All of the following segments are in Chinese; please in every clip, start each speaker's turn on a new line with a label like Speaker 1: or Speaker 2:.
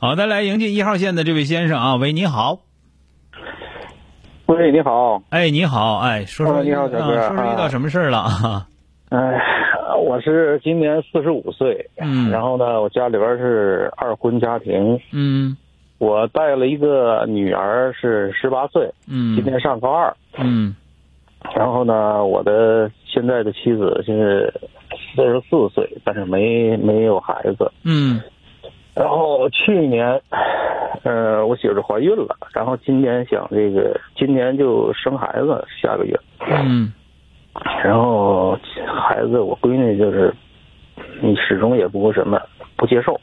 Speaker 1: 好的，来迎接一号线的这位先生啊，喂，你好，
Speaker 2: 喂，你好，
Speaker 1: 哎，你好，哎，说说，
Speaker 2: 哦你好小哥
Speaker 1: 啊说说遇到
Speaker 2: 啊
Speaker 1: 什么事儿了啊？
Speaker 2: 哎，我是今年四十五岁，
Speaker 1: 嗯
Speaker 2: 然后呢，我家里边是二婚家庭，
Speaker 1: 嗯
Speaker 2: 我带了一个女儿是十八岁，今
Speaker 1: 嗯
Speaker 2: 年上高二，
Speaker 1: 嗯
Speaker 2: 然后呢，我的现在的妻子是四十四岁，但是没没有孩子，
Speaker 1: 嗯
Speaker 2: 然后去年，呃，我媳妇儿怀孕了，然后今年想这个，今年就生孩子，下个月，
Speaker 1: 嗯
Speaker 2: 然后孩子，我闺女就是，你始终也不什么不接受，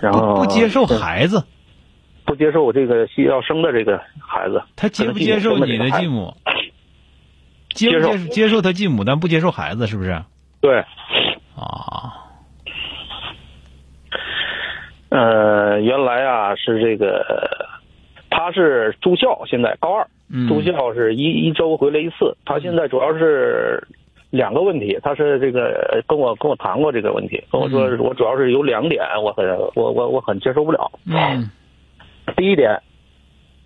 Speaker 2: 然后嗯
Speaker 1: 不不接受孩子，
Speaker 2: 不接受我这个需要生的这个孩子，
Speaker 1: 他接不接受你的继母？接不
Speaker 2: 接受
Speaker 1: 接受接受他继母，但不接受孩子，是不是？
Speaker 2: 对，
Speaker 1: 啊，
Speaker 2: 呃，原来啊是这个，他是住校，现在高二
Speaker 1: 嗯
Speaker 2: 住校是一一周回来一次，他现在主要是。两个问题，他是这个呃跟我跟我谈过这个问题，跟我说
Speaker 1: 嗯
Speaker 2: 我主要是有两点，我很我我我很接受不了。
Speaker 1: 嗯
Speaker 2: 第一点，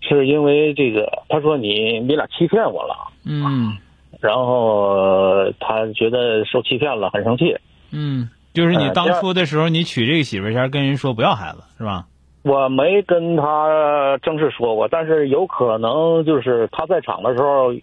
Speaker 2: 是因为这个，他说你你俩欺骗我了，
Speaker 1: 嗯
Speaker 2: 然后呃他觉得受欺骗了，很生气。
Speaker 1: 嗯，就是你
Speaker 2: 呃
Speaker 1: 当
Speaker 2: 第二
Speaker 1: 初的时候，你娶这个媳妇儿前跟人说不要孩子，是吧？
Speaker 2: 我没跟他正式说过，但是有可能就是他在场的时候，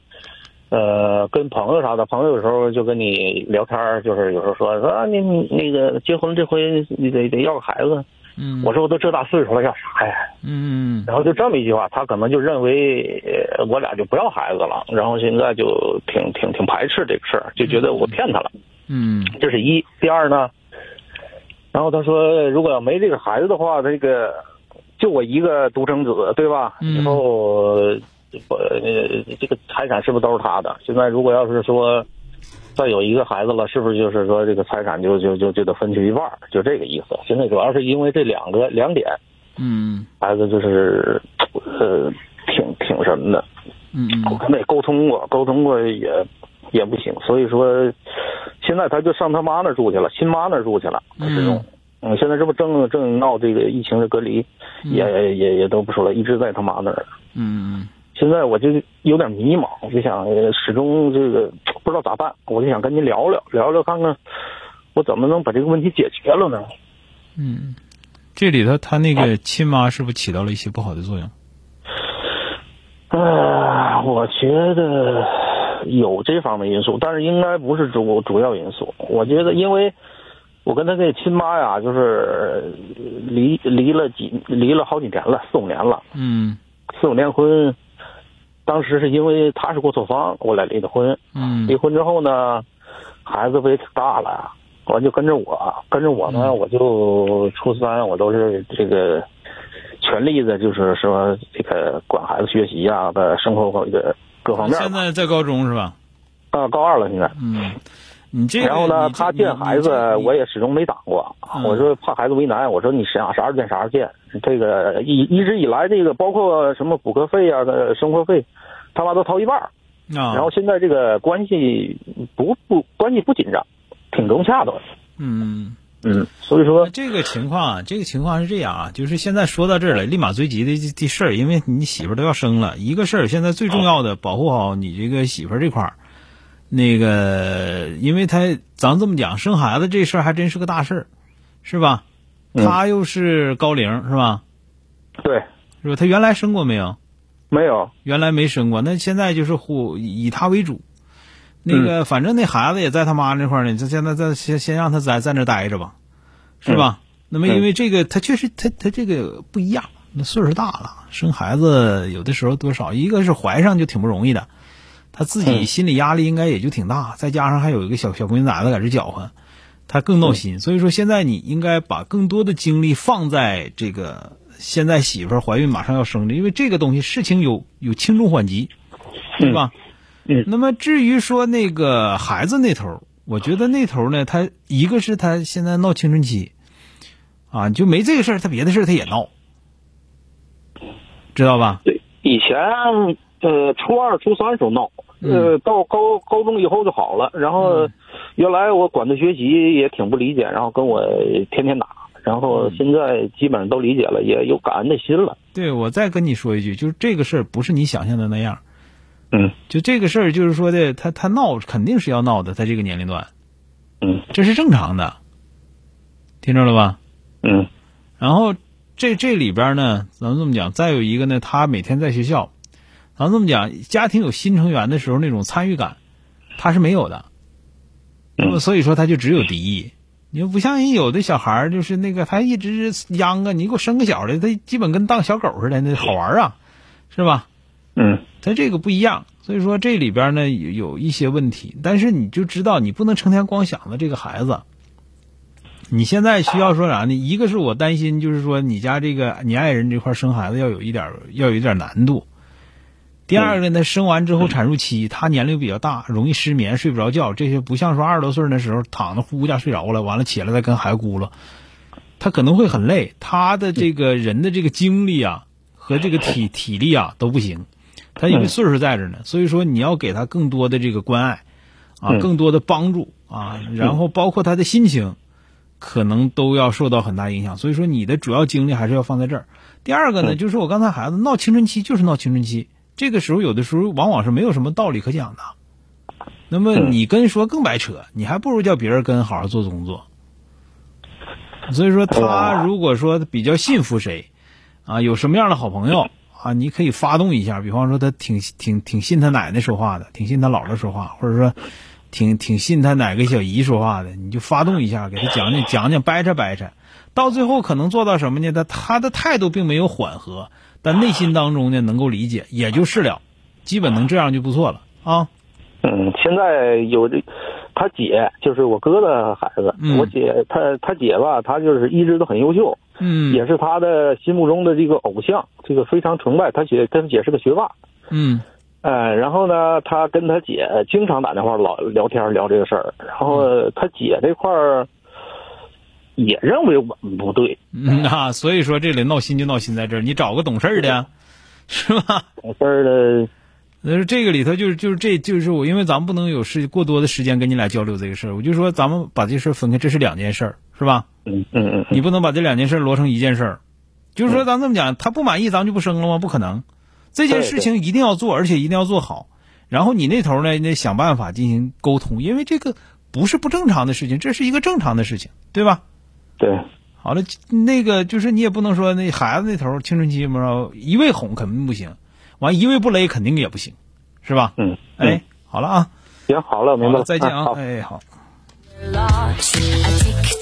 Speaker 2: 呃，跟朋友啥的，朋友有时候就跟你聊天儿，就是有时候说说啊，你你那个结婚这回你得得要个孩子。
Speaker 1: 嗯，
Speaker 2: 我说我都这大岁数了，要啥呀？
Speaker 1: 嗯
Speaker 2: 然后就这么一句话，他可能就认为呃我俩就不要孩子了，然后现在就挺挺挺排斥这个事儿，就觉得我骗他了，
Speaker 1: 嗯
Speaker 2: 这是一。第二呢，然后他说如果要没这个孩子的话，这个就我一个独生子，对吧？
Speaker 1: 嗯
Speaker 2: 以后我呃这个财产是不是都是他的？现在如果要是说再有一个孩子了，是不是就是说这个财产就就就就得分去一半儿？就这个意思。现在主要是因为这两个两点。
Speaker 1: 嗯
Speaker 2: 孩子就是，呃，挺挺什么的。
Speaker 1: 嗯
Speaker 2: 我
Speaker 1: 嗯
Speaker 2: 跟他也沟通过，沟通过也也不行，所以说，现在他就上他妈那儿住去了，亲妈那儿住去了。始终
Speaker 1: 嗯，
Speaker 2: 嗯，现在这不正正闹这个疫情的隔离，
Speaker 1: 嗯
Speaker 2: 也也也都不说了，一直在他妈那儿。
Speaker 1: 嗯
Speaker 2: 现在我就有点迷茫，我就想呃始终这个不知道咋办，我就想跟您聊聊聊聊，看看我怎么能把这个问题解决了呢？
Speaker 1: 嗯，这里头他那个亲妈是不是起到了一些不好的作用？
Speaker 2: 啊，我觉得有这方面因素，但是应该不是主主要因素。我觉得，因为我跟他这亲妈呀，就是呃离离了几离了好几年了，四五年了，
Speaker 1: 嗯
Speaker 2: 四五年婚。当时是因为他是过错方，我俩离的婚。
Speaker 1: 嗯
Speaker 2: 离婚之后呢，孩子不也挺大了呀，完就跟着我，跟着我呢，
Speaker 1: 嗯
Speaker 2: 我就初三我都是这个全力的，就是说这个管孩子学习呀、的生活和这个各方面吧。
Speaker 1: 现在在高中是吧？
Speaker 2: 啊，高二了现在。
Speaker 1: 嗯，你这个
Speaker 2: 然后呢，
Speaker 1: 你这
Speaker 2: 他见孩子
Speaker 1: 你
Speaker 2: 我也始终没挡过，
Speaker 1: 嗯
Speaker 2: 我说怕孩子为难，我说你想啥时候见啥时候见。这个一一直以来，这个包括什么补课费啊、呃生活费，他妈都掏一半儿。
Speaker 1: 你啊，
Speaker 2: 然后现在这个关系不不关系不紧张，挺融洽的。
Speaker 1: 嗯。
Speaker 2: 嗯，所以说
Speaker 1: 那，这个情况啊，这个情况是这样啊，就是现在说到这儿了，立马追急的这这事儿，因为你媳妇儿都要生了，一个事儿，现在最重要的保护好你这个媳妇儿这块儿。那个，因为他咱这么讲，生孩子这事儿还真是个大事儿，是吧？
Speaker 2: 嗯
Speaker 1: 她又是高龄，是吧？
Speaker 2: 对，
Speaker 1: 是吧？她原来生过没有？
Speaker 2: 没有，
Speaker 1: 原来没生过，那现在就是护以他为主。那个，反正那孩子也在他妈那块儿呢，就现在在先先让他在在那儿待着吧，是吧？那么因为这个，他确实他他这个不一样，那岁数大了，生孩子有的时候多少，一个是怀上就挺不容易的，他自己
Speaker 2: 嗯
Speaker 1: 心理压力应该也就挺大，再加上还有一个小小姑娘崽子在这搅和，
Speaker 2: 嗯
Speaker 1: 他更闹心。所以说，现在你应该把更多的精力放在这个现在媳妇儿怀孕马上要生的，因为这个东西事情有有轻重缓急，对吧？
Speaker 2: 嗯
Speaker 1: 那么至于说那个孩子那头儿，我觉得那头儿呢，他一个是他现在闹青春期，啊，就没这个事儿，他别的事儿他也闹，知道吧？
Speaker 2: 对，以前呃初二、初三时候闹，呃到高高中以后就好了。然后原来我管他学习也挺不理解，然后跟我天天打，然后现在基本上都理解了，也有感恩的心了。
Speaker 1: 对，我再跟你说一句，就是这个事儿不是你想象的那样，
Speaker 2: 嗯
Speaker 1: 就这个事儿，就是说的，他他闹肯定是要闹的，在这个年龄段，
Speaker 2: 嗯
Speaker 1: 这是正常的，听着了吧？
Speaker 2: 嗯
Speaker 1: 然后这这里边呢，咱们这么讲，再有一个呢，他每天在学校，咱们这么讲，家庭有新成员的时候那种参与感，他是没有的。那么所以说他就只有敌意。你又不像人有的小孩儿，就是那个他一直秧啊，你给我生个小的，他基本跟当小狗似的，那好玩啊，是吧？
Speaker 2: 嗯
Speaker 1: 他这个不一样，所以说这里边呢有有一些问题，但是你就知道你不能成天光想着这个孩子。你现在需要说啥呢？一个是我担心，就是说你家这个你爱人这块生孩子要有一点儿要有一点儿难度。第二个呢，他生完之后产褥期，他年龄比较大，容易失眠，睡不着觉，这些不像说二十多岁的时候躺着呼一下睡着了，完了起来再跟孩子咕噜，他可能会很累，他的这个人的这个精力啊和这个体体力啊都不行。他因为岁数在这儿呢，所以说你要给他更多的这个关爱，啊，
Speaker 2: 嗯
Speaker 1: 更多的帮助啊，然后包括他的心情，可能都要受到很大影响。所以说你的主要精力还是要放在这儿。第二个呢，就是我刚才孩子闹青春期就是闹青春期，这个时候有的时候往往是没有什么道理可讲的。那么你跟说更白扯，你还不如叫别人跟好好做工作。所以说他如果说比较信服谁，啊，有什么样的好朋友啊，你可以发动一下，比方说他挺挺挺信他奶奶说话的，挺信他姥姥说话，或者说挺挺信他哪个小姨说话的，你就发动一下，给他讲讲讲讲掰扯掰扯，到最后可能做到什么呢？他他的态度并没有缓和，但内心当中呢能够理解，也就是了，基本能这样就不错了啊。
Speaker 2: 嗯，现在有这，他姐就是我哥的孩子，
Speaker 1: 嗯
Speaker 2: 我姐他他姐吧，她就是一直都很优秀，也
Speaker 1: 嗯
Speaker 2: 是他的心目中的这个偶像，这个非常崇拜。他姐他姐是个学霸，
Speaker 1: 嗯
Speaker 2: 呃，然后呢，他跟他姐经常打电话老聊天聊这个事儿，然后
Speaker 1: 嗯
Speaker 2: 他姐这块儿也认为我们不对，
Speaker 1: 嗯啊，所以说这里闹心就闹心在这儿，你找个懂事儿的，是吧？
Speaker 2: 懂事儿的，
Speaker 1: 那是这个里头就是就是这就是我，因为咱们不能有时过多的时间跟你俩交流这个事儿，我就说咱们把这事儿分开，这是两件事儿，是吧？
Speaker 2: 嗯嗯嗯
Speaker 1: 你不能把这两件事儿摞成一件事儿。就是说，咱这么讲，他不满意，咱们就不生了吗？不可能，这件事情一定要做，而且一定要做好。然后你那头呢，那想办法进行沟通，因为这个不是不正常的事情，这是一个正常的事情，对吧？
Speaker 2: 对，
Speaker 1: 好了，那个就是你也不能说那孩子那头青春期嘛，一味哄肯定不行，完一味不勒肯定也不行，是吧？
Speaker 2: 嗯，
Speaker 1: 哎，好了啊，
Speaker 2: 行，好了，
Speaker 1: 好
Speaker 2: 我明白
Speaker 1: 了，
Speaker 2: 了，
Speaker 1: 再见
Speaker 2: 啊
Speaker 1: 啊
Speaker 2: 好，，
Speaker 1: 哎，好。
Speaker 3: lost. I tick,